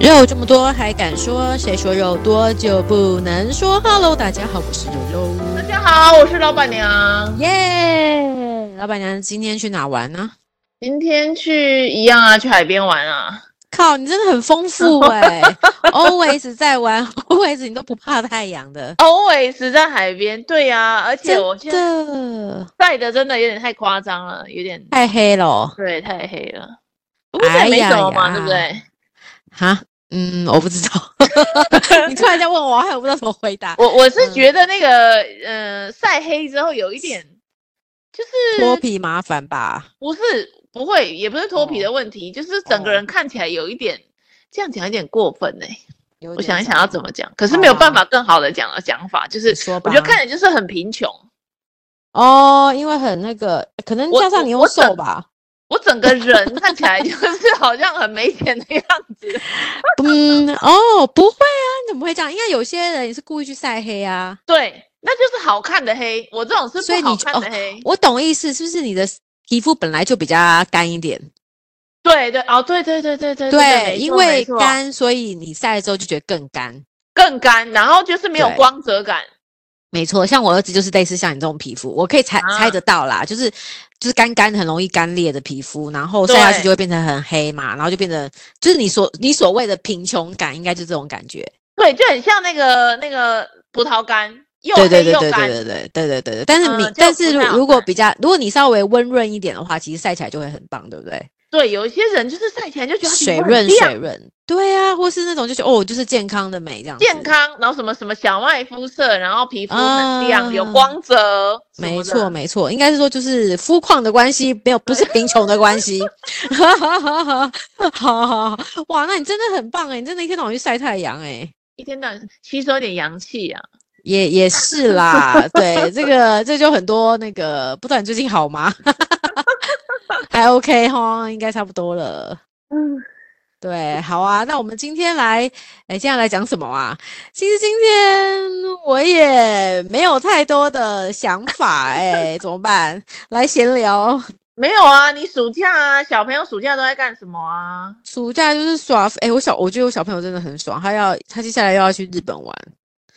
肉这么多还敢说？谁说肉多就不能说？Hello，大家好，我是肉大肉，家好，我是老板娘。耶、老板娘今天去哪玩呢？今天去一样啊，去海边玩啊。靠，你真的很丰富哎、a l w a y s 在玩，always 你都不怕太阳的， always 在海边，对呀、而且真我现在的晒的真的有点太夸张了，有点太黑了哦对太黑了。不过这也没什么哎嘛，呀呀对不对？哈。嗯，我不知道， 你突然间问我，我还不知道怎么回答。我我是觉得那个、呃晒黑之后有一点，脱就是皮麻烦吧？不是不会，也不是脱皮的问题，就是整个哦人看起来有一点。这样讲有点哦过分呢、有我点想一想长要怎么讲，可是没有好啊办法更好的讲了讲法，就是你说我吧。觉得看起来就是很贫穷，哦，因为很那个，可能我加上我你又我整瘦吧。我整个人看起来就是好像很没钱的样子。 嗯，哦，不会啊，你怎么会这样？应该有些人也是故意去晒黑啊。对，那就是好看的黑，我这种是所以不你好就哦看的黑。我懂意思，是不是你的皮肤本来就比较干一点？对对哦，对对对对对没因错没为错干，所以你晒了之后就觉得更干。更干，然后就是没有对光泽感。没错，像我儿子就是类似像你这种皮肤，我可以猜、啊猜得到啦，就是就是干干的很容易干裂的皮肤，然后晒下去对就会变成很黑嘛，然后就变成就是你所你所谓的贫穷感，应该就是这种感觉。对，就很像那个那个葡萄干，又对对黑对又对干。对对对对对对，但是嗯你、就但不是太好如果看比较，如果你稍微温润一点的话，其实晒起来就会很棒，对不对？对，有一些人就是晒起来就觉得啊他皮肤水很润亮水润，对啊，或是那种就是哦，就是健康的美这样子，健康，然后什么什么小麦肤色，然后皮肤很亮，有啊光泽。什么没的错，没错，应该是说就是肤况的关系，没有不是贫穷的关系。哈哈哈哈好好好，哇，那你真的很棒哎，你真的一天到晚去晒太阳哎。一天到晚吸收一点阳气啊。也也是啦，对，这个这就很多那个，不知道你最近好吗？ 还 OK 哈，应该差不多了。嗯，对，好啊，那我们今天来，哎，接下来讲什么啊？其实今天我也没有太多的想法，哎，怎么办？来闲聊，没有啊，你暑假啊，小朋友暑假都在干什么啊？暑假就是耍，哎，我小，我觉得我小朋友真的很爽，他要，他接下来又要去日本玩，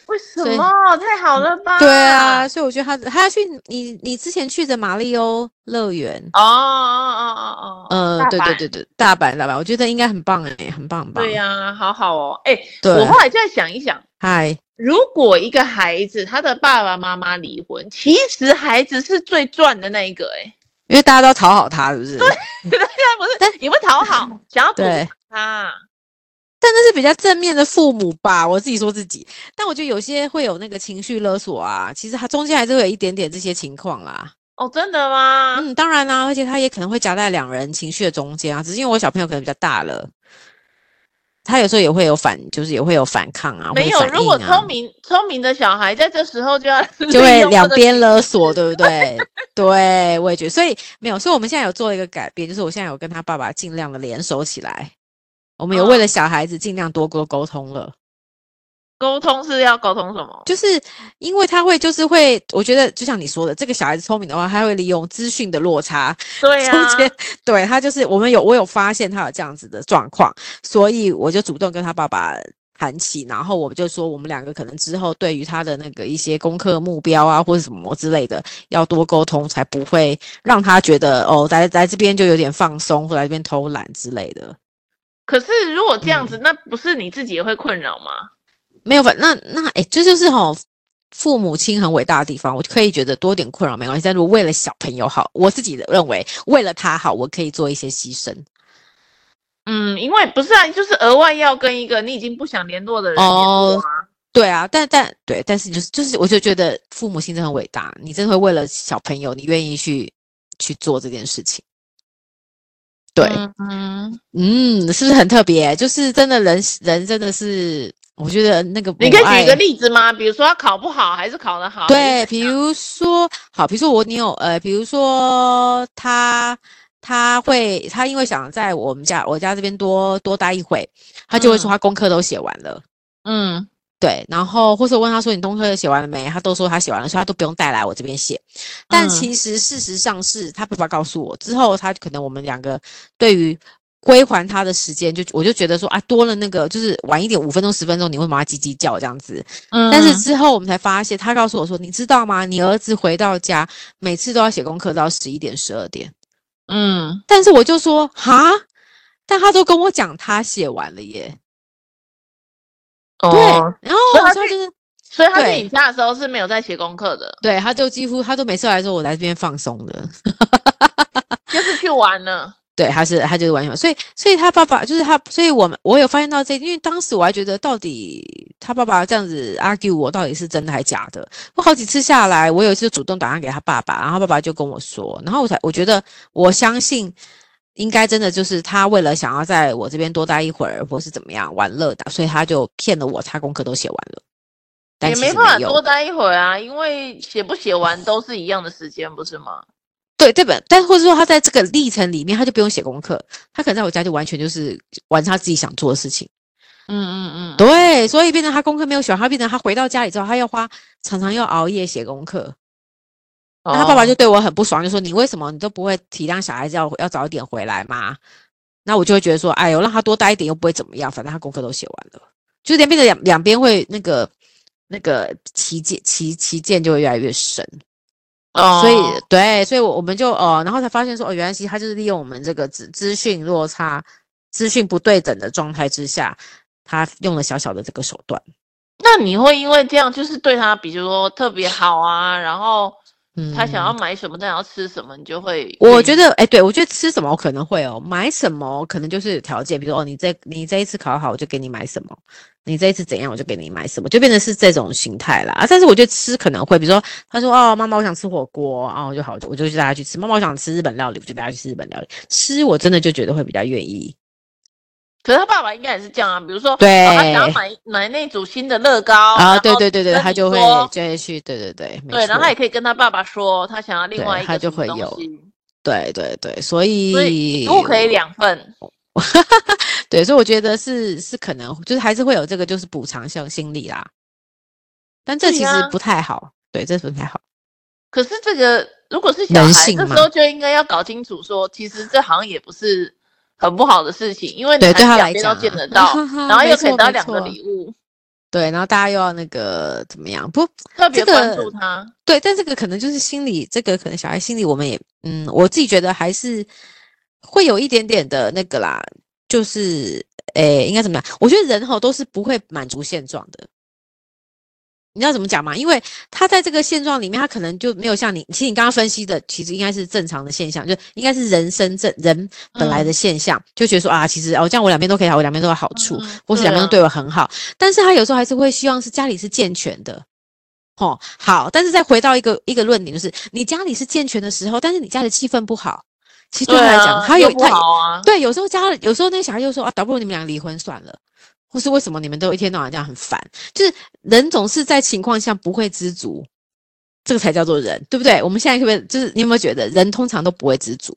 为什所以么？太好了吧？对啊，。所以我觉得他，他要去你你之前去的马里欧乐园，哦哦哦哦哦。呃，大对对阪对对，大阪大阪，我觉得应该很棒哎，很棒很棒，对呀、好好哦。哎、对我后来就在想一想，嗨，如果一个孩子他的爸爸妈妈离婚，其实孩子是最赚的那一个、哎， 因为大家都要讨好他，是不是？但不是也不讨好，想要补对偿他。但那是比较正面的父母吧，我自己说自己。但我觉得有些会有那个情绪勒索啊，其实他中间还是会有一点点这些情况啦。哦，真的吗？嗯，当然啦，而且他也可能会夹在两人情绪的中间啊。只是因为我小朋友可能比较大了，他有时候也会有反，就是也会有反抗啊，没或有，者反如果应啊聪明聪明的小孩在这时候就要就利会用两这个边勒索，对不 对？对，我也觉得，所以没有，所以我们现在有做一个改变，就是我现在有跟他爸爸尽量的联手起来，我们有为嗯了小孩子尽量多多沟通了。沟通是要沟通什么？就是因为他会，就是会，我觉得就像你说的，这个小孩子聪明的话，他会利用资讯的落差，对啊呀、中间对他就是我们有我有发现他有这样子的状况，所以我就主动跟他爸爸。谈起，然后我们就说，我们两个可能之后对于他的那个一些功课目标啊，或者什么之类的，要多沟通，才不会让他觉得哦，来来这边就有点放松，或来这边偷懒之类的。可是如果这样嗯子，那不是你自己也会困扰吗？没有吧？那那哎，这就是吼、父母亲很伟大的地方，我可以觉得多点困扰没关系，但如果为了小朋友好，我自己的认为为了他好，我可以做一些牺牲。嗯，因为不是啊，就是额外要跟一个你已经不想联络的人联络哦啊。对啊，但但对，但是就是就是，我就觉得父母心真的很伟大，你真的会为了小朋友，你愿意去去做这件事情。对，嗯嗯，嗯，是不是很特别？就是真的人人真的是，我觉得那个你可以母爱举一个例子吗？比如说他考不好，还是考得好？还对，是比如说，好，比如说我你有呃，比如说他他会他因为想在我们家我家这边多多待一会，他就会说嗯他功课都写完了，嗯，对，然后或是我问他说你功课写完了没，他都说他写完了，所以他都不用带来我这边写。但嗯其实事实上是他爸爸告诉我之后，他可能我们两个对于。归还他的时间，就我就觉得说啊，多了那个就是晚一点五分钟十分钟，你会妈叽叽叫这样子。嗯但是之后我们才发现，他告诉我说，你知道吗？你儿子回到家每次都要写功课到十一点十二点。嗯，但是我就说哈，但他都跟我讲他写完了耶。对，哦，然后所以我他说是就是所以他去对你家的时候是没有在写功课的，对，他就几乎他都每次来说我来这边放松的。就是去玩了。对，他是他就是完全，所以所以他爸爸就是他，所以我们我有发现到这，因为当时我还觉得到底他爸爸这样子 argue 我到底是真的还假的，我好几次下来，我有一次主动打电话给他爸爸，然后他爸爸就跟我说，然后我才我觉得我相信。应该真的就是他为了想要在我这边多待一会儿，或是怎么样玩乐的，所以他就骗了我，他功课都写完了， 但也其没实办法有多待一会儿啊，因为写不写完都是一样的时间，不是吗？对对本，但或者说他在这个历程里面，他就不用写功课，他可能在我家就完全就是完成他自己想做的事情。嗯嗯嗯，对，所以变成他功课没有写完，他变成他回到家里之后，他要花常常要熬夜写功课。哦那他爸爸就对我很不爽，就说你为什么你都不会体谅小孩子要要早一点回来嘛？那我就会觉得说，哎呦，让他多待一点又不会怎么样，反正他功课都写完了，就连变得两两边会那个那个旗舰旗旗舰就会越来越深。哦，所以对，所以我我们就哦，然后才发现说哦，原来其实他就是利用我们这个资资讯落差、资讯不对等的状态之下，他用了小小的这个手段。那你会因为这样就是对他，比如说特别好啊，然后嗯，他想要买什么，他想要吃什么，你就会愿意。我觉得，哎，对我觉得吃什么我可能会哦，买什么可能就是有条件，比如说哦，你这你这一次考好，我就给你买什么；你这一次怎样，我就给你买什么，就变成是这种形态啦。啊但是我觉得吃可能会，比如说他说哦，妈妈我想吃火锅，啊，我就好，我就去带他去吃；妈妈我想吃日本料理，我就带他去吃日本料理。吃我真的就觉得会比较愿意。可是他爸爸应该也是这样啊，比如说，哦对他想要买买那组新的乐高啊，对对对对，然后他跟你就会说就会去，对对对，没对，然后他也错可以跟他爸爸说，他想要另对外一个他就什么会东有西对对对，所所以以如果可以两份，对，所以我觉得是是可能就是还是会有这个就是补偿向心理啦，但这其对实呀不太好，对，这不太好，可是这个如果是小人孩，性这时嘛候就应该要搞清楚说，其实这好像也不是很不好的事情，因为你对，还对是他两来边讲都啊，见得到，然后没又可以错得到没两个错礼物，对，然后大家又要那个怎么样？不，特别这关个注他。对，但这个可能就是心理，这个可能小孩心理，我们也，嗯，我自己觉得还是会有一点点的那个啦，就是，诶，应该怎么讲？我觉得人吼都是不会满足现状的。你知道怎么讲吗？因为他在这个现状里面，他可能就没有像你，其实你刚刚分析的，其实应该是正常的现象，就应该是人生正人本嗯来的现象，就觉得说啊，其实哦，这样我两边都可以好，我两边都有好处，嗯或是对两边啊都对我很好，但是他有时候还是会希望是家里是健全的。哦，好，但是再回到一个一个论点，就是你家里是健全的时候，但是你家里气氛不好，其实对他来讲，啊，他又有不他好啊，对，有时候家里有时候那小孩又说啊，倒不如你们俩离婚算了，或是为什么你们都一天到晚这样很烦？就是人总是在情况下不会知足，这个才叫做人，对不对？我们现在可不可以就是你有没有觉得人通常都不会知足？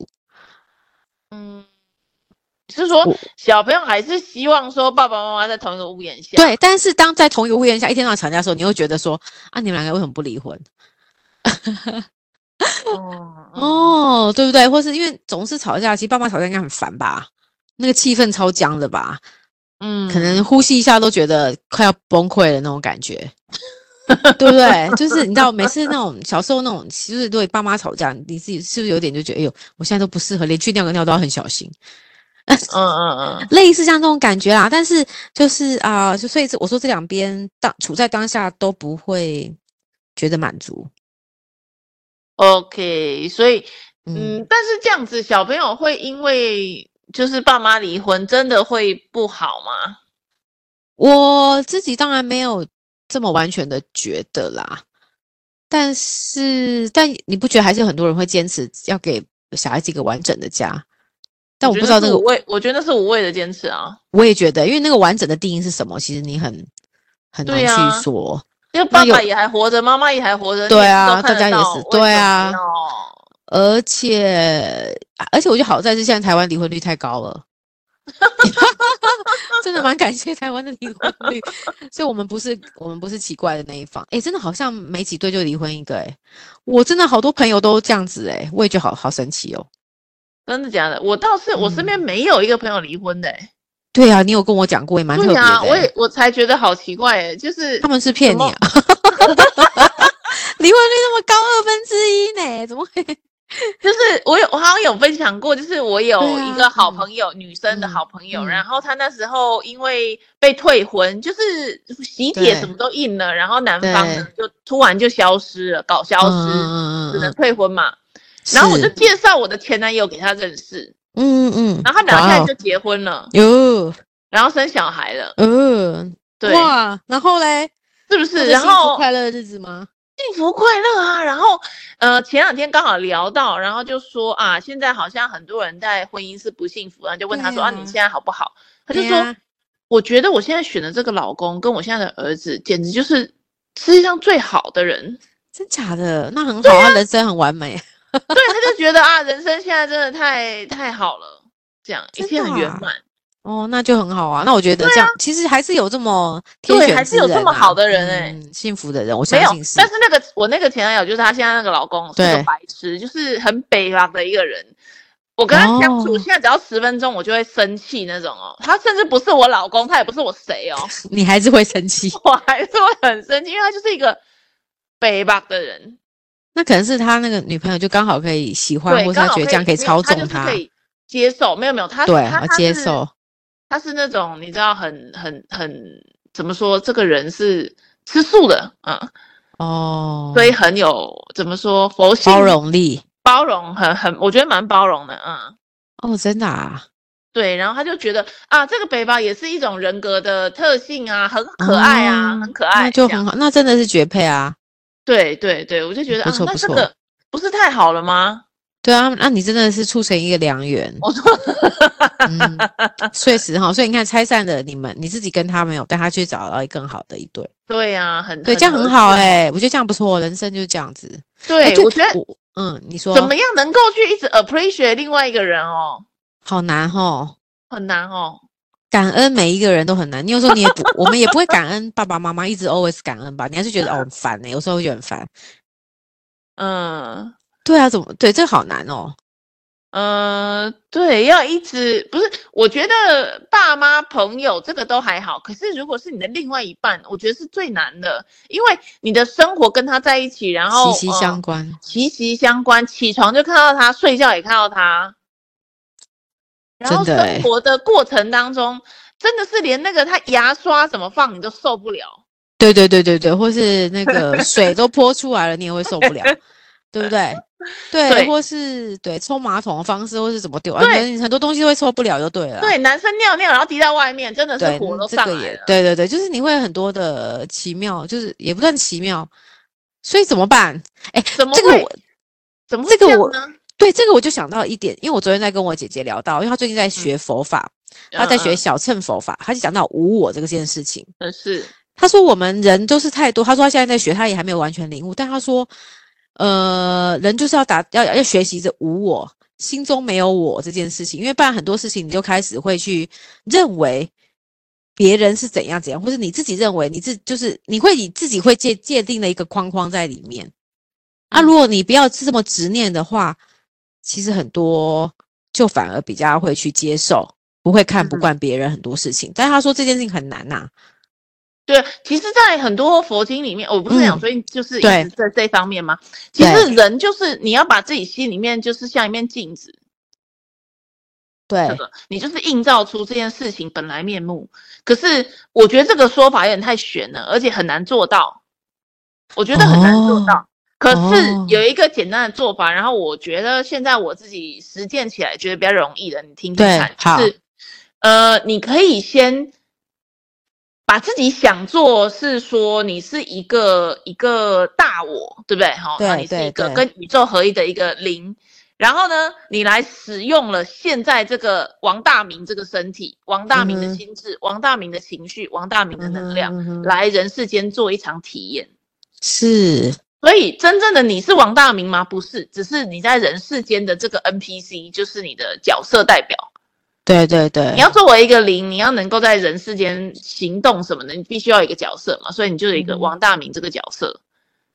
嗯，是说我小朋友还是希望说爸爸妈妈在同一个屋檐下，，对，但是当在同一个屋檐下一天到晚吵架的时候，你又觉得说啊，你们两个为什么不离婚？嗯，嗯哦，对不对？或是因为总是吵架，其实爸妈吵架应该很烦吧？那个气氛超僵的吧？嗯，可能呼吸一下都觉得快要崩溃的那种感觉，对不对？ 就是你知道，每次那种小时候那种，就是对爸妈吵架，你自己是不是有点就觉得，哎呦，我现在都不适合，连去尿个尿都要很小心，嗯嗯嗯，类似像这种感觉啦。但是就是啊、就所以这我说这两边当处在当下都不会觉得满足， OK，所以嗯嗯，但是这样子小朋友会因为就是爸妈离婚，真的会不好吗？我自己当然没有这么完全的觉得啦，但是但你不觉得还是有很多人会坚持要给小孩子一个完整的家？但我觉不得知道是那个无，谓，我觉得那是无谓的坚持啊。我也觉得，因为那个完整的定义是什么，其实你很很难对啊去说。因为那爸有爸也还活着，妈妈也还活着，对你也啊都看大家得也到是为什么对啊要而且啊而且我觉得好在是现在台湾离婚率太高了， 真的蛮感谢台湾的离婚率，所以我们不是我们不是奇怪的那一方。诶，真的好像没几对就离婚一个、诶，我真的好多朋友都这样子、诶，我也觉得好好神奇哦。真的假的？我倒是我嗯身边没有一个朋友离婚的、欸，对啊，你有跟我讲过，也蛮特对别的、啊，我欸也我才觉得好奇怪、欸，就是他们是骗你啊！ 离婚率那么高，二分之一呢？怎么会？就是我有我好像有分享过，就是我有对啊一个好朋友，女生的好朋友，嗯然后她那时候因为被退婚，就是喜帖对什么都印了，然后男方呢对就突然就消失了，搞 消失，嗯只能嗯退婚嘛。然后我就是介绍我的前男友给她认识，嗯嗯嗯，然后他们俩现哇在哦就结婚了，哟然后生小孩了，呃，对，哇，然后嘞，是过不是？着然幸福后快乐的日子吗？幸福快乐啊！然后，呃，前两天刚好聊到，然后就说啊，现在好像很多人在婚姻是不幸福，然后就问他对说啊，啊你现在好不好？他就对说，啊我觉得我现在选的这个老公跟我现在的儿子，简直就是世界上最好 的人。真假的，那很好，啊他人生很完美，对，他就觉得啊，人生现在真的太太好了，这样一真切的很圆啊满。哦，那就很好啊。那我觉得这样，其实还是有这么天对选还是之有这人么啊好的人欸嗯幸福的人，我没相有信，是但。是那个我那个前男友就是他现在那个老公是个对白痴，就是很北狼的一个人。我跟他相处，哦现在只要十分钟，我就会生气那种哦。他甚至不是我老公，他也不是我谁哦， 你还是会生气，我还是会很生气，因为他就是一个北狼的人。那可能是他那个女朋友就刚好可以喜欢，对，或是刚他好觉得这样可以没有操就纵是可以接受。没有没有，他对，他要他接是受，他是那种你知道很很很怎么说，这个人是吃素的，嗯，哦，所以很有怎么说佛性包容力包容很很，我觉得蛮包容的，嗯，哦，真的啊，对。然后他就觉得啊，这个北巴也是一种人格的特性啊，很可爱啊，哦很可那爱，就这很样好，那真的是绝配啊，对对对，我就觉得不啊错，那不这错个不是太好了吗？对啊，那你真的是促成一个良缘，我说 嗯，确实哈，所以你看拆散了你们，你自己跟他没有，但他去找到更好的一对，对呀，很对，这样合很好适啊哎、我觉得这样不错，人生就是这样子，哎对，对我觉得我嗯，你说怎么样能够去一直 appreciate 另外一个人哦，好难哦。很难哦。感恩每一个人都很难，你有时候你也不，我们也不会感恩爸爸妈妈，一直 always 感恩吧。你还是觉得哦很烦呢、有时候会觉得很烦。嗯对啊，怎么对这好难哦？呃，对，要一直不是，我觉得爸妈、朋友这个都还好，可是如果是你的另外一半，我觉得是最难的，因为你的生活跟他在一起，然后息息相，关呃，息息相关，起床就看到他，睡觉也看到他，然后真的生欸活的过程当中，真的是连那个他牙刷怎么放你都受不了。对对对对对，或是那个水都泼出来了，你也会受不了，对不对？对，对或是对冲马桶的方式，或是怎么丢，啊对你很多东西会受不了就对了。对，男生尿尿然后滴在外面，真的是对，火嗯都这上个来也了。对对对，就是你会很多的奇妙，就是也不算奇妙，所以怎么办？哎，怎么这个会我怎么会这个样我呢？对这个我就想到一点，因为我昨天在跟我姐姐聊到，因为她最近在学佛法，她在学嗯小乘佛法，她就讲到无我这个件事情。嗯是。她说我们人都是太多，她说她现在在学，她也还没有完全领悟，但她说，呃，人就是要打要要学习着无我，心中没有我这件事情，因为不然很多事情你就开始会去认为。别人是怎样怎样，或者你自己认为你自就是你会你自己会界界定的一个框框在里面，啊，嗯如果你不要这么执念的话，其实很多就反而比较会去接受，不会看不嗯惯别人很多事情。但是他说这件事情很难呐、对，其实，在很多佛经里面，我不是讲嗯最近就是一对直在这方面吗？其实对人就是你要把自己心里面就是像一面镜子，对这个你就是映照出这件事情本来面目。可是我觉得这个说法有点太悬了，而且很难做到，我觉得很难做到。可是哦有一个简单的做法，然后我觉得现在我自己实践起来觉得比较容易的，你听听对看，好就是呃，你可以先把自己想做是说你是一个一个大我，对不对？好，那对你是对一个对跟宇宙合一的一个灵。然后呢，你来使用了现在这个王大明这个身体、王大明嗯的哼心智、王大明的情绪、王大明的能量，嗯哼来人世间做一场体验。是所以，真正的你是王大明吗？不是，只是你在人世间的这个 NPC，就是你的角色代表。对对对，你要作为一个灵，你要能够在人世间行动什么的，你必须要有一个角色嘛，所以你就有一个嗯王大明这个角色。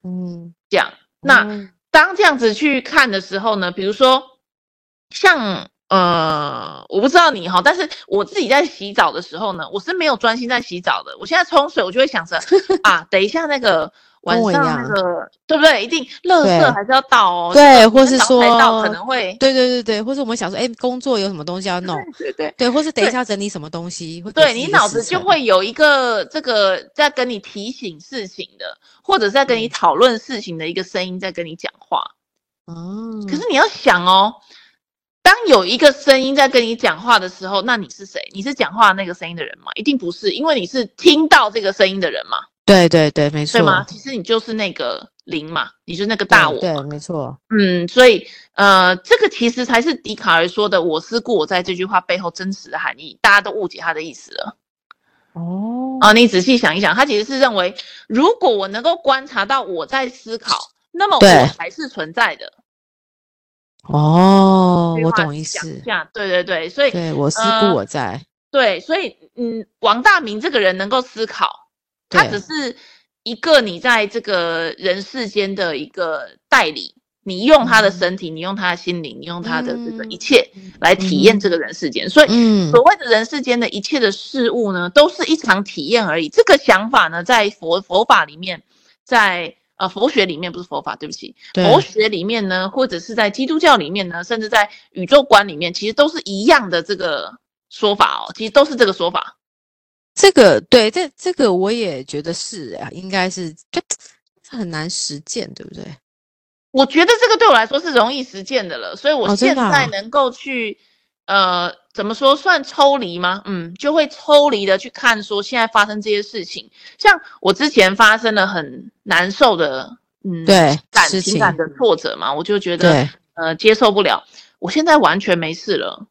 嗯，这样，那嗯当这样子去看的时候呢，比如说像呃，我不知道你哈，但是我自己在洗澡的时候呢，我是没有专心在洗澡的。我现在冲水，我就会 想着啊，等一下那个晚跟我一上那样个对不对？一定垃对圾还是要倒哦，对这个或是早才倒可说能会对对对对，或者我们想说，哎，工作有什么东西要弄，对对。 对，或是等一对下整理什么东西，会给对自你己一个脑时子就辰会有一个这个在跟你提醒事情的，或者是在跟你嗯讨论事情的一个声音在跟你讲话。哦，可是你要想哦，当有一个声音在跟你讲话的时候，那你是谁？你是讲话那个声音的人吗？一定不是，因为你是听到这个声音的人嘛，对对对，没错，对吗？其实你就是那个零嘛，你就是那个大我对嘛对，没错，嗯，所以呃，这个其实才是笛卡尔说的“我思故我在”这句话背后真实的含义，大家都误解他的意思了。哦，啊，你仔细想一想，他其实是认为，如果我能够观察到我在思考，那么对我还是存在的。哦，我懂意讲一思，下，对对对，所以对我思呃故我在，对，所以嗯，王大明这个人能够思考，他对只是一个你在这个人世间的一个代理，你用他的嗯身体，你用他的心灵，你用他的这个一嗯切来体验嗯这个人世间。所以嗯，所谓的人世间的一切的事物呢，都是一场体验而已。这个想法呢，在佛佛法里面，在呃佛学里面不是佛法，对不起，对，佛学里面呢，或者是在基督教里面呢，甚至在宇宙观里面，其实都是一样的这个说法哦，其实都是这个说法。这个对，这这个我也觉得是啊，应该是就这很难实践，对不对？我觉得这个对我来说是容易实践的了，所以我哦真现的啊在能够去、呃怎么说算抽离吗？嗯，就会抽离的去看说现在发生这些事情，像我之前发生了很难受的嗯对情感事情感情的挫折嘛，我就觉得对，呃接受不了，我现在完全没事了。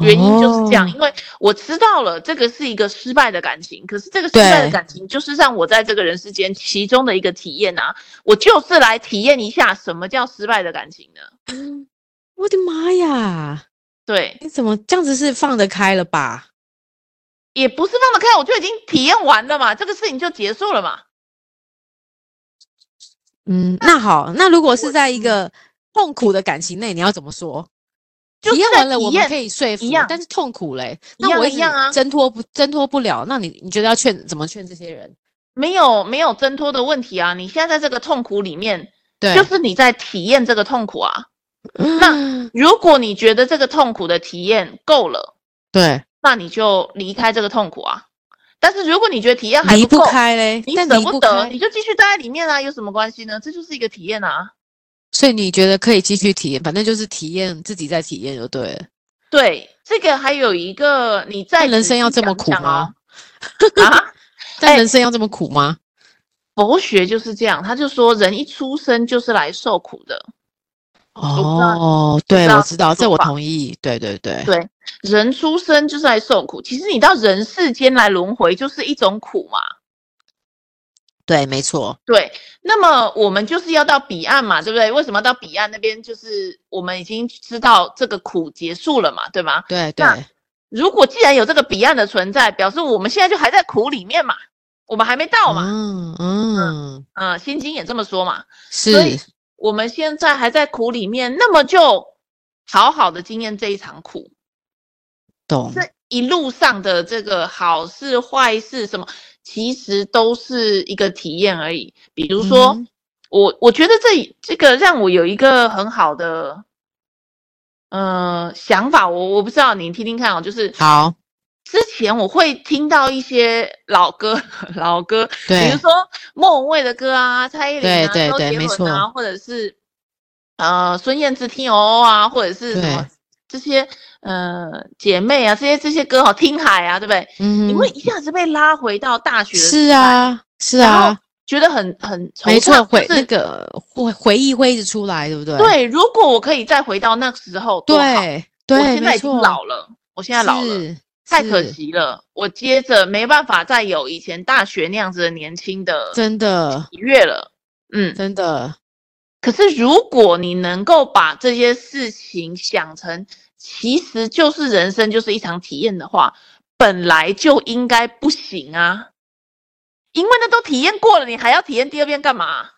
原因就是这样，哦因为我知道了这个是一个失败的感情，可是这个失败的对感情就是让我在这个人世间其中的一个体验啊，我就是来体验一下什么叫失败的感情的。我的妈呀！对，你怎么这样子是放得开了吧？也不是放得开，我就已经体验完了嘛，这个事情就结束了嘛。嗯，那好，那如果是我在一嗯个痛苦的感情内，你要怎么说？就是体验在完了，体我们验可以说服样，但是痛苦嘞，一那样我的一一直样啊挣脱不挣脱不了，那你你觉得要劝怎么劝这些人？没有没有挣脱的问题啊，你现在在这个痛苦里面，对，嗯就是你在体验这个痛苦啊。那如果你觉得这个痛苦的体验够了。对那你就离开这个痛苦啊。但是如果你觉得体验还离够，不开嘞，你但舍离不不得，开你，就继续待在里面啊，有什么关系呢？这就是一个体验啊。所以你觉得可以继续体验，反正就是体验自己在体验就对了。对，这个还有一个，你在但人生要这么苦吗？啊，但哎人生要这么苦吗？佛学就是这样，他就说人一出生就是来受苦的，不知道哦，对，知道我这知个道，这说我法同意。对对对，对，人出生就是来受苦。其实你到人世间来轮回，就是一种苦嘛。对，没错。对，那么我们就是要到彼岸嘛，对不对？为什么要到彼岸那边？就是我们已经知道这个苦结束了嘛，对吗？对对那如果既然有这个彼岸的存在，表示我们现在就还在苦里面嘛，我们还没到嘛。嗯嗯，嗯，心经也这么说嘛，所以是我们现在还在苦里面，那么就好好的经验这一场苦，懂。这一路上的这个好事坏事什么，其实都是一个体验而已。比如说。嗯我我觉得这这个让我有一个很好的，呃，想法。我我不知道你听听看哦，就是好，之前我会听到一些老歌， 老歌，比对如说莫文蔚的歌啊，蔡依林对啊，对周对杰没伦啊，错或者是呃孙燕姿听哦啊，或者是什么对这些呃姐妹啊，这些这些歌好听海啊，对不对？嗯，你会一下子被拉回到大学的时是代，啊，是然后啊，觉得很很惆没怅错，就回那是个回回忆会一直出来，对不对？对，如果我可以再回到那时候，多好对对，我现在没已经错老了，我现在老了，是太可是惜了。我接着没办法再有以前大学那样子的年轻的真的喜悦了。嗯，真的，可是如果你能够把这些事情想成，其实就是人生就是一场体验的话，本来就应该不行啊，因为那都体验过了，你还要体验第二遍干嘛、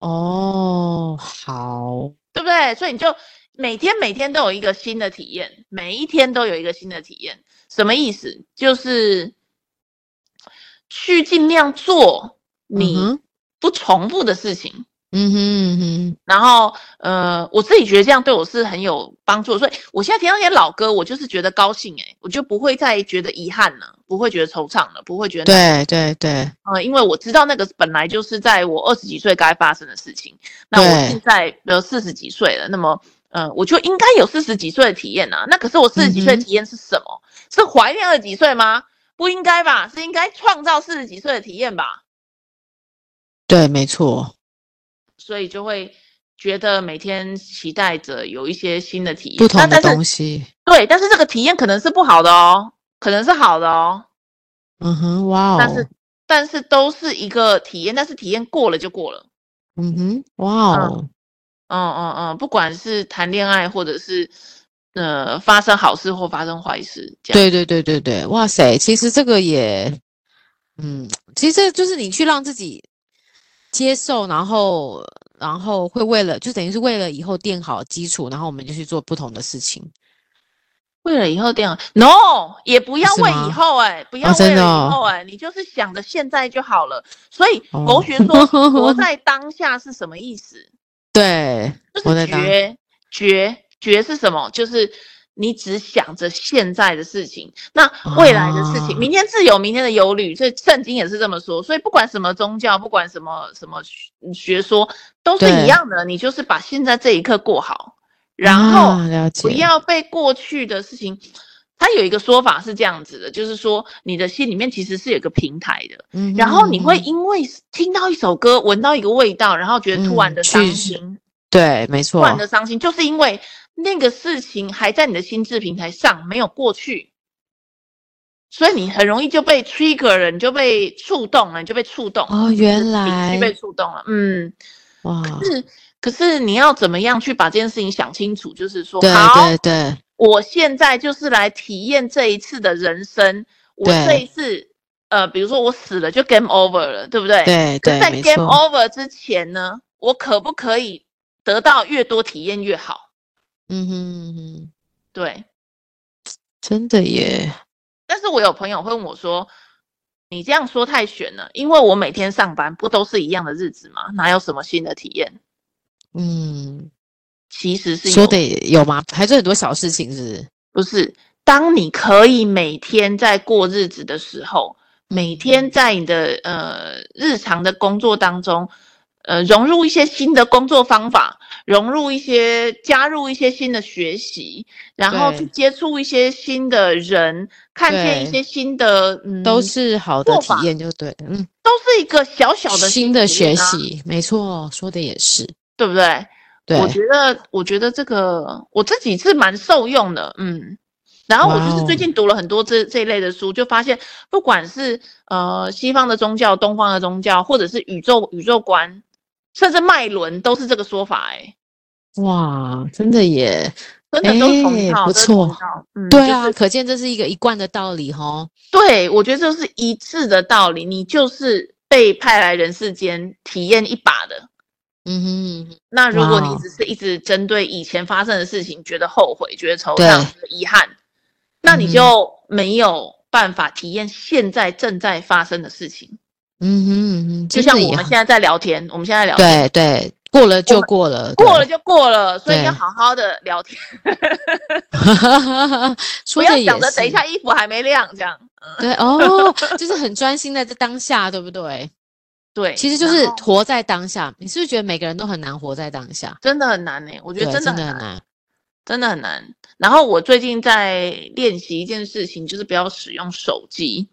哦，好，哦嗯对不对？所以你就每天每天都有一个新的体验，每一天都有一个新的体验。什么意思？就是去尽量做你嗯哼不重复的事情。嗯哼嗯哼，然后，呃，我自己觉得这样对我是很有帮助，所以我现在听到那些老歌，我就是觉得高兴、欸，我就不会再觉得遗憾了，不会觉得惆怅了，不会觉得对对对，呃，因为我知道那个本来就是在我二十几岁该发生的事情。那我对现在呃四十几岁了，那么呃我就应该有四十几岁的体验啊。那可是我四十几嗯岁的哼体验是什么？是怀念二十几岁吗？不应该吧，是应该创造四十几岁的体验吧。对，没错，所以就会觉得每天期待着有一些新的体验，不同的那但是东西。对，但是这个体验可能是不好的哦，可能是好的哦，嗯哼，哇但是哦，但是都是一个体验，但是体验过了就过了。嗯哼，哇嗯哦，嗯嗯嗯，不管是谈恋爱，或者是呃发生好事或发生坏事，这样对对对对对，哇塞，其实这个也，嗯，其实这就是你去让自己接受，然后然后会为了，就等于是为了以后垫好基础，然后我们就去做不同的事情。为了以后这样，no，也不要是为吗以后哎、不要哦为真了的以哦后哎、你就是想着现在就好了。所以狗哦血 说活在当下是什么意思？对，就活是在当觉觉觉是什么？就是你只想着现在的事情，那未来的事情，啊明天自有明天的忧虑。所以圣经也是这么说。所以不管什么宗教，不管什么什么学学说，都是一对样的。你就是把现在这一刻过好，然后啊了解，不要被过去的事情。它有一个说法是这样子的，就是说你的心里面其实是有个平台的，嗯哼，然后你会嗯哼因为听到一首歌，闻到一个味道，然后觉得突然嗯的去伤心，对，没错突，然的伤心，就是因为那个事情还在你的心智平台上没有过去，所以你很容易就被 trigger 了，你就被触动了，你就被触动了哦，原情绪来被触动了。嗯，哇，是，可是你要怎么样去把这件事情想清楚？就是说，对好，对对，我现在就是来体验这一次的人生，我对这一次，呃，比如说我死了就 game over 了，对不对？对可对，是在哦没 game 错， over 之前呢，我可不可以得到越多体验越好？嗯哼嗯哼，对，真的耶，但是我有朋友会问我说：“你这样说太悬了，因为我每天上班不都是一样的日子吗？哪有什么新的体验？”嗯，其实是说有的也有吗？还是很多小事情是不是？不是，当你可以每天在过日子的时候，每嗯天在你的呃日常的工作当中，呃，融入一些新的工作方法，融入一些加入一些新的学习，然后对去接触一些新的人，看见一些对新的，嗯，都是好的做体法验，就对，嗯，都是一个小小的新的体验学啊，习，没错，说的也是，对不对？对，我觉得，我觉得这个我自己是蛮受用的，嗯。然后我就是哇最哦近读了很多这这一类的书，就发现，不管是呃西方的宗教、东方的宗教，或者是宇宙宇宙观，甚至脉轮，都是这个说法、欸，哇，真的耶，真的都是同一哎套，不都是同一错套，嗯，对啊，就是、可见这是一个一贯的道理哦。对我觉得这是一致的道理，你就是被派来人世间体验一把的，嗯哼，嗯哼那如果你哇只是一直针对以前发生的事情觉得后悔、觉得惆对怅、觉得遗憾，那嗯你哼就没有办法体验现在正在发生的事情。嗯哼，嗯哼就真的像我也很们现在在聊天，我们现在聊天，对对，过了就过了，过了就过了，所以对要好好的聊天，了，不说要的也想着等一是下衣服还没晾这样。嗯，对哦，就是很专心在这当下，对不对？对，其实就然是后活在当下。你是不是觉得每个人都很难活在当下？真的很难呢、我觉对得，真的真很的很难，难。真的很难。然后我最近在练习一件事情，就是不要使用手机。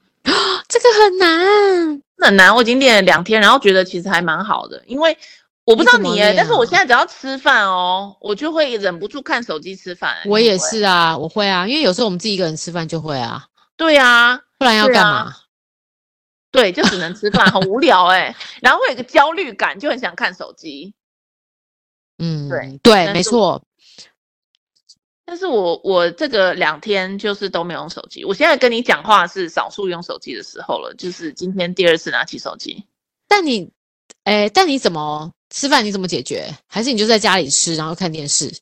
这个很难。很难，我已经练了两天，然后觉得其实还蛮好的，因为我不知道你怎么你耶，练啊但是我现在只要吃饭哦，我就会忍不住看手机吃饭。我你也会，是啊，我会啊，因为有时候我们自己一个人吃饭就会啊，对啊，不然要对干啊嘛？对，就只能吃饭，很无聊哎，然后会有一个焦虑感，就很想看手机。嗯，对对，能没做错，但是我我这个两天就是都没有用手机，我现在跟你讲话是少数用手机的时候了，就是今天第二次拿起手机。但你，哎，但你怎么吃饭？你怎么解决？还是你就在家里吃，然后看电视？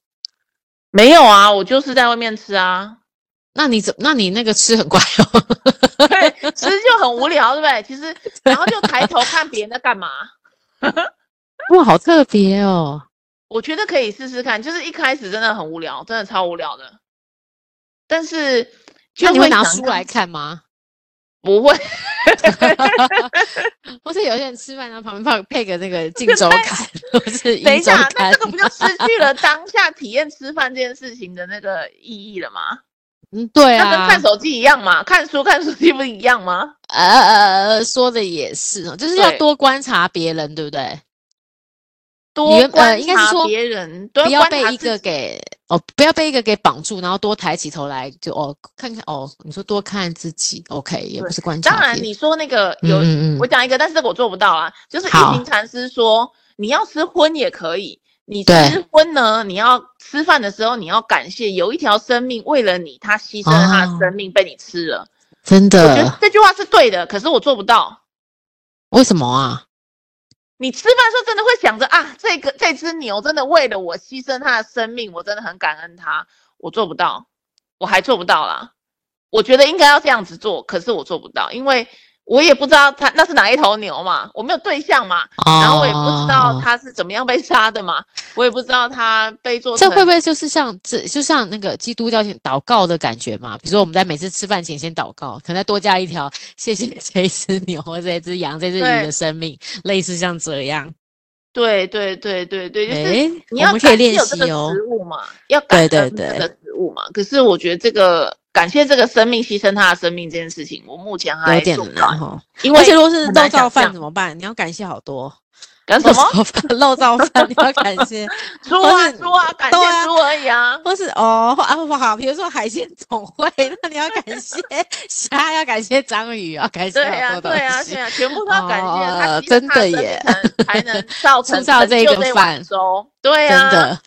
没有啊，我就是在外面吃啊。 那你怎？那你那个吃很快哦。 对，其实就很无聊，对不对？其实，然后就抬头看别人在干嘛。哇，好特别哦！我觉得可以试试看，就是一开始真的很无聊，真的超无聊的。但是那就你会拿想书来，看吗？ 不会，或是有些人吃饭，然后旁边放配个那 个晋州看，或是等夷一州下，那看这。个不就失去 了当下体验吃饭这件事情的那个意义了吗？嗯，对那跟啊，看手机一样嘛，看书看手机不是一样吗？呃呃呃，说的也是哦，就是要对多观察别人，对不对？多原呃观应该是察说别人，多不要观被察一自个己给哦，不要被一个给绑住，然后多抬起头来，就哦看看哦，你说多看自己，OK，也不对是观察当然，别人你说那个嗯有，嗯嗯我讲一个，但是这个我做不到啊。就是一好平禅师说，你要吃荤也可以，你对吃荤呢，你要吃饭的时候，你要感谢有一条生命为了你，他牺牲了他哦呃的生命被你吃了。真我觉得的，这句话是对的，可是我做不到。为什么啊？你吃饭的时候真的会想着啊，这个这只牛真的为了我牺牲它的生命，我真的很感恩它。我做不到，我还做不到啦。我觉得应该要这样子做，可是我做不到，因为我也不知道它那是哪一头牛嘛，我没有对象嘛，然后我也不知道哦它是怎么样被杀的嘛，我也不知道它被做这成会不会就是像这，就像那个基督教祷告的感觉嘛？比如说我们在每次吃饭前先祷告，可能再多加一条，谢谢这一只牛、或者这一只羊、这只鱼对的生命，类似像这样。对对对对对，就是诶，你要我们可以感谢练有这习个哦。食物嘛，要对感对恩这对个食物嘛。可是我觉得这个感谢这个生命牺牲他的生命这件事情，我目前还有点做不到难，哦，因为而且如果是很肉难燥想饭象怎么办？你要感谢好多干肉 什么 燥饭，肉燥饭你要感谢，猪或啊是猪啊，感对啊谢猪而已啊。或是哦啊不好，比如说海鲜总会，那你要感谢虾，要感谢章鱼，要感谢对好呀，多对东呀，西对。呀，全部都要感谢哦他，真的耶， 才能造成制造成这就个碗饭粥。对啊真呀，的，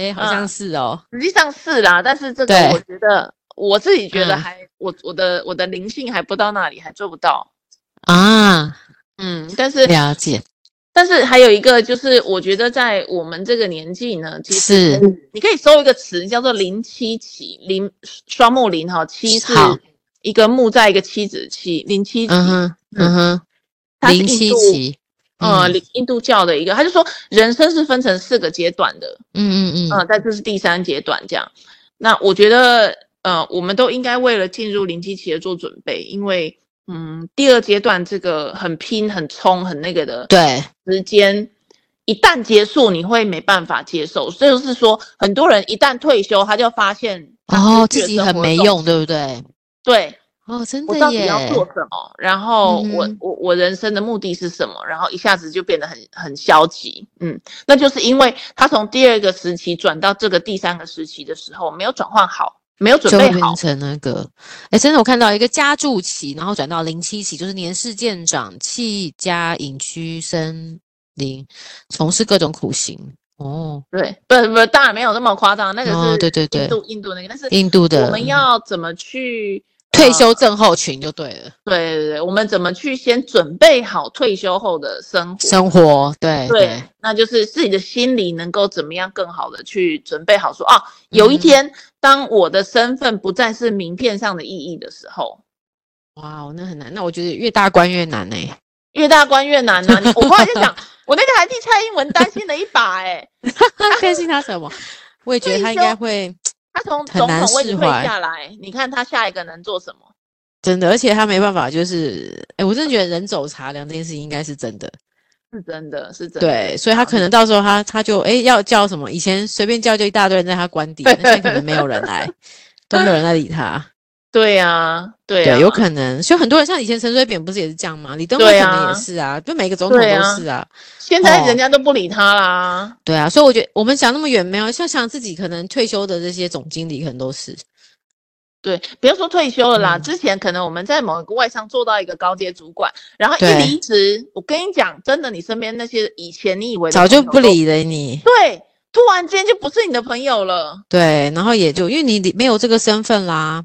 哎、好像嗯是哦。实际上是啦，但是这个对我觉得我自己觉得嗯还我我的我的灵性还不到那里，还做不到。啊，嗯，但是了解，但是还有一个就是，我觉得在我们这个年纪呢，其实是你可以搜一个词叫做“零七起”，零双木林哈，七是好一个木在一个妻子七，零七起，嗯哼，嗯哼，它是零印七度期，呃嗯印度教的一个，他就说人生是分成四个阶段的，嗯嗯嗯、嗯，但这是第三阶段这样。那我觉得呃，我们都应该为了进入零七期而做准备，因为嗯，第二阶段这个很拼、很冲、很那个的，对，时间一旦结束，你会没办法接受。这就是说，很多人一旦退休，他就发现他哦，自失去了己生很活没重用，对不对？对哦，真我的到底耶，要做什么？然后我、嗯哼我我人生的目的是什么？然后一下子就变得很很消极。嗯，那就是因为他从第二个时期转到这个第三个时期的时候，没有转换好，没有准就会备变好。成那个，哎，真的，我看到一个家住期，然后转到零七期，就是年事渐长，弃家隐居森林，从事各种苦行。哦，对，不不，当然没有那么夸张，那个是、哦对对对印度印度那个，但是印度嗯的我们要怎么去退呃休症候群就对了，对对对，我们怎么去先准备好退休后的生活？生活，对对，那就是自己的心理能够怎么样更好的去准备好说，啊，嗯有一天、当我的身份不再是名片上的意义的时候，哇哦，那很难，那我觉得越大关越难呢、欸 越大关越难 啊！我后来就想，我那个还替蔡英文担心了一把哎、担心他什么？我也觉得他应该会他从很总难统位置释退怀下来，你看他下一个能做什么？真的，而且他没办法，就是哎、诶我真的觉得人走茶凉这件事情应该是真的，是真的，是真的。对，所以他可能到时候他他就哎、诶要叫什么，以前随便叫就一大堆人在他官 邸，那现在可能没有人来，都没有人来理他，对啊，对啊，对，有可能，所以很多人像以前陈水扁不是也是这样吗？李登辉对可啊能也是啊，就每个总统对都啊是啊，现在哦人家都不理他啦。对啊，所以我觉得我们想那么远没有，像想自己可能退休的这些总经理可能都是，对，不要说退休了啦，嗯之前可能我们在某一个外商做到一个高阶主管，然后一对离职，我跟你讲，真的，你身边那些以前你以为的早就朋友不都，理了你。对，突然间就不是你的朋友了。对，然后也就因为你里没有这个身份啦，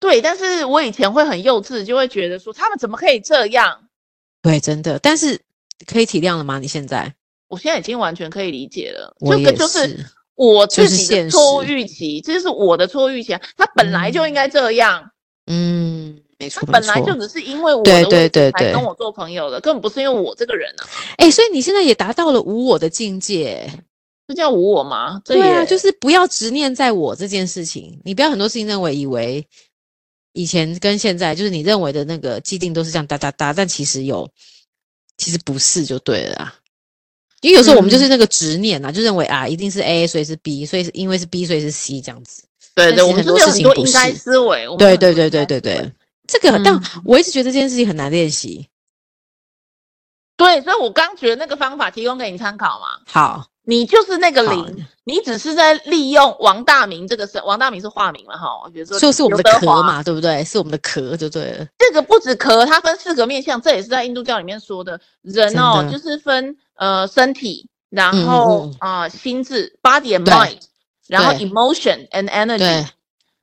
对，但是我以前会很幼稚，就会觉得说他们怎么可以这样？对，真的。但是可以体谅了吗？你现在我现在已经完全可以理解了，我这个也就是是，我自就是己现的实错误预期，这就是我的错误预期啊。他本来就应该这样，嗯，没错，本没来错。就只是因为我的对问对题对才对跟我做朋友的，根本不是因为我这个人啊，哎、所以你现在也达到了无我的境界。这叫无我吗？这对啊，也就是不要执念在我这件事情，你不要很多事情认为以为以前跟现在就是你认为的那个既定都是这样哒哒哒，但其实有，其实不是就对了啊。因为有时候我们就是那个执念啊，就认为啊一定是 A，所以是 B，所以是因为是 B，所以是 C 这样子。对但对，是我们很就多是有事很情多不应该是思维，我们对有很对多对应对该对思维对，这个很但嗯我一直觉得这件事情很难练习。对，所以我刚觉得那个方法提供给你参考嘛，好，你就是那个好零，你只是在利用王大明这个是王大明是化名嘛哈，比如说就是我们的刘德壳华，嘛，对不对？是我们的壳就对了。这个不止壳，它分四个面相，这也是在印度教里面说的。人哦，真的就是分呃身体，然嗯后嗯啊、呃心智 （body and 对 mind），然后对 emotion and energy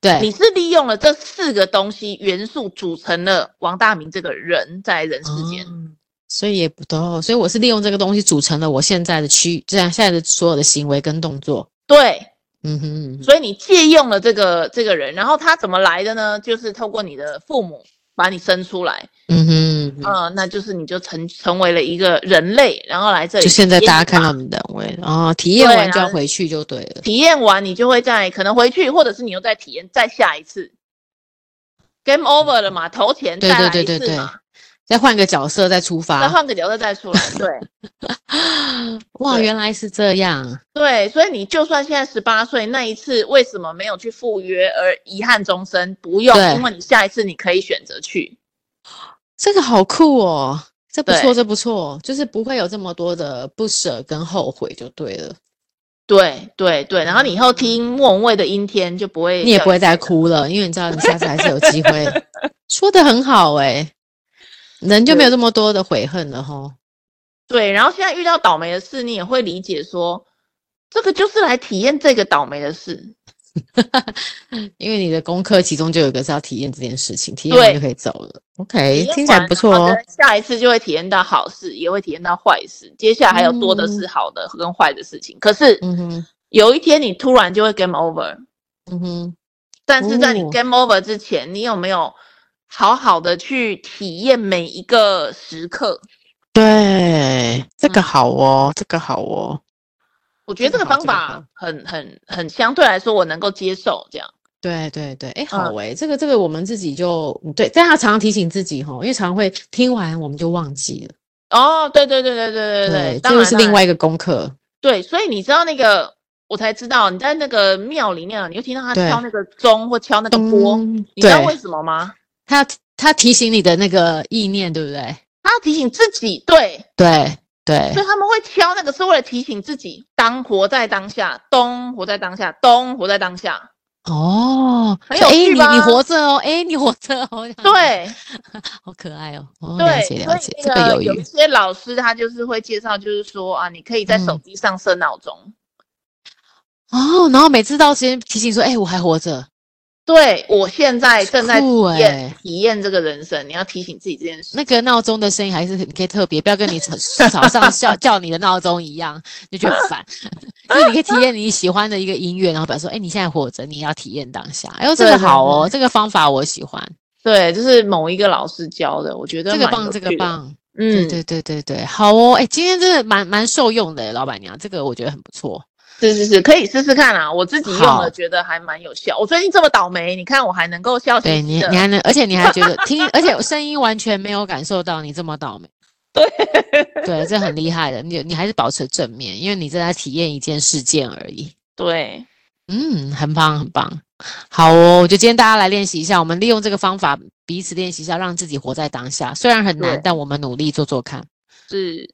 对。对，你是利用了这四个东西元素组成了王大明这个人在人世间。哦所以也不都，所以我是利用这个东西组成了我现在的区，这样现在的所有的行为跟动作。对，嗯哼，嗯哼所以你借用了这个这个人，然后他怎么来的呢？就是透过你的父母把你生出来，嗯哼嗯哼，呃，那就是你就成成为了一个人类，然后来这里就体现验吧。在大家看到你的人位，哦，体验对啊完就然要后回去就对了。体验完，你就会再可能回去，或者是你又再体验再下一次，game over 了嘛，投钱再对啊来一次嘛，对对对对再换个角色再出再发。换个角色再出来，对哇，对原来是这样。对，所以你就算现在十八岁那一次为什么没有去赴约而遗憾终身？不用，对因为你下一次你可以选择去，这个好酷哦，这不对错，这不错，就是不会有这么多的不舍跟后悔就对了，对对对，然后你以后听莫文蔚的《阴天》就不会，你也不会再，哭了，因为你知道你下次还是有机会。说的很好哎、人就没有这么多的悔恨了 吼。对，然后现在遇到倒霉的事，你也会理解说，这个就是来体验这个倒霉的事，因为你的功课其中就有一个是要体验这件事情，体验对完就可以走了。体 OK，验听起来完不错然后哦呢。下一次就会体验到好事，也会体验到坏事，接下来还有多的是好的跟坏的事情。可是嗯哼，有一天你突然就会 game over，嗯哼，但是在你哦 game over 之前，你有没有好好的去体验每一个时刻？对，这嗯个好哦，这个好哦。我觉得这这个个好方这个法好很很很相对来说我能够接受这样。对对对，嗯哎，好哎、这个这个我们自己就对，但要常常提醒自己吼，因为常会听完我们就忘记了。哦，对对对对对对这当个然是当另然外一个功课。对，所以你知道那个，我才知道你在那个庙里面啊，你就听到他对敲那个钟或敲那个钵，咚你知道嗯对为什么吗？他要他提醒你的那个意念，对不对？他要提醒自己，对，对对所以他们会挑那个是为了提醒自己，当活在当下，咚，活在当下，咚，活在当下，哦，很说有哎，趣你吧你活着哦，哎，你活着哦，这样子，对 好可爱哦，哦，了对，解了解，这所以那个个有有一余，些老师他就是会介绍，就是说啊，你可以在手嗯机上设闹钟，哦，然后每次到时间提醒说，哎，我还活着，对我现在正在体酷验、欸体验这个人生，你要提醒自己这件事。那个闹钟的声音还是很可以特别，不要跟你早早上叫叫你的闹钟一样，就觉得很烦， 因为你可以体验你喜欢的一个音乐，然后表示说，哎，你现在活着，你要体验当下，哎呦，这对个对好哦，这个方法我喜欢，对，就是某一个老师教的，我觉得这个蛮有棒，这个趣的，棒。对嗯，对对对对，好哦，哎，今天真的蛮蛮受用的，老板娘，这个我觉得很不错。是是是，可以试试看啊！我自己用了，好觉得还蛮有效。我最近这么倒霉，你看我还能够笑嘻对你嘻，的你，还能，而且你还 觉得听，而且声音完全没有感受到你这么倒霉。对 对，这很厉害的，你你还是保持正面，因为你正在体验一件事件而已。对，嗯，很棒很棒，好哦，我觉得今天大家来练习一下，我们利用这个方法彼此练习一下，让自己活在当下。虽然很难对，但我们努力做做看。是，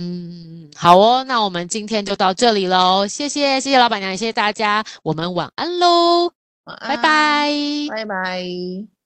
嗯，好哦，那我们今天就到这里喽，谢谢，谢谢老板娘，也谢谢大家，我们晚安喽，晚拜安，拜。拜拜。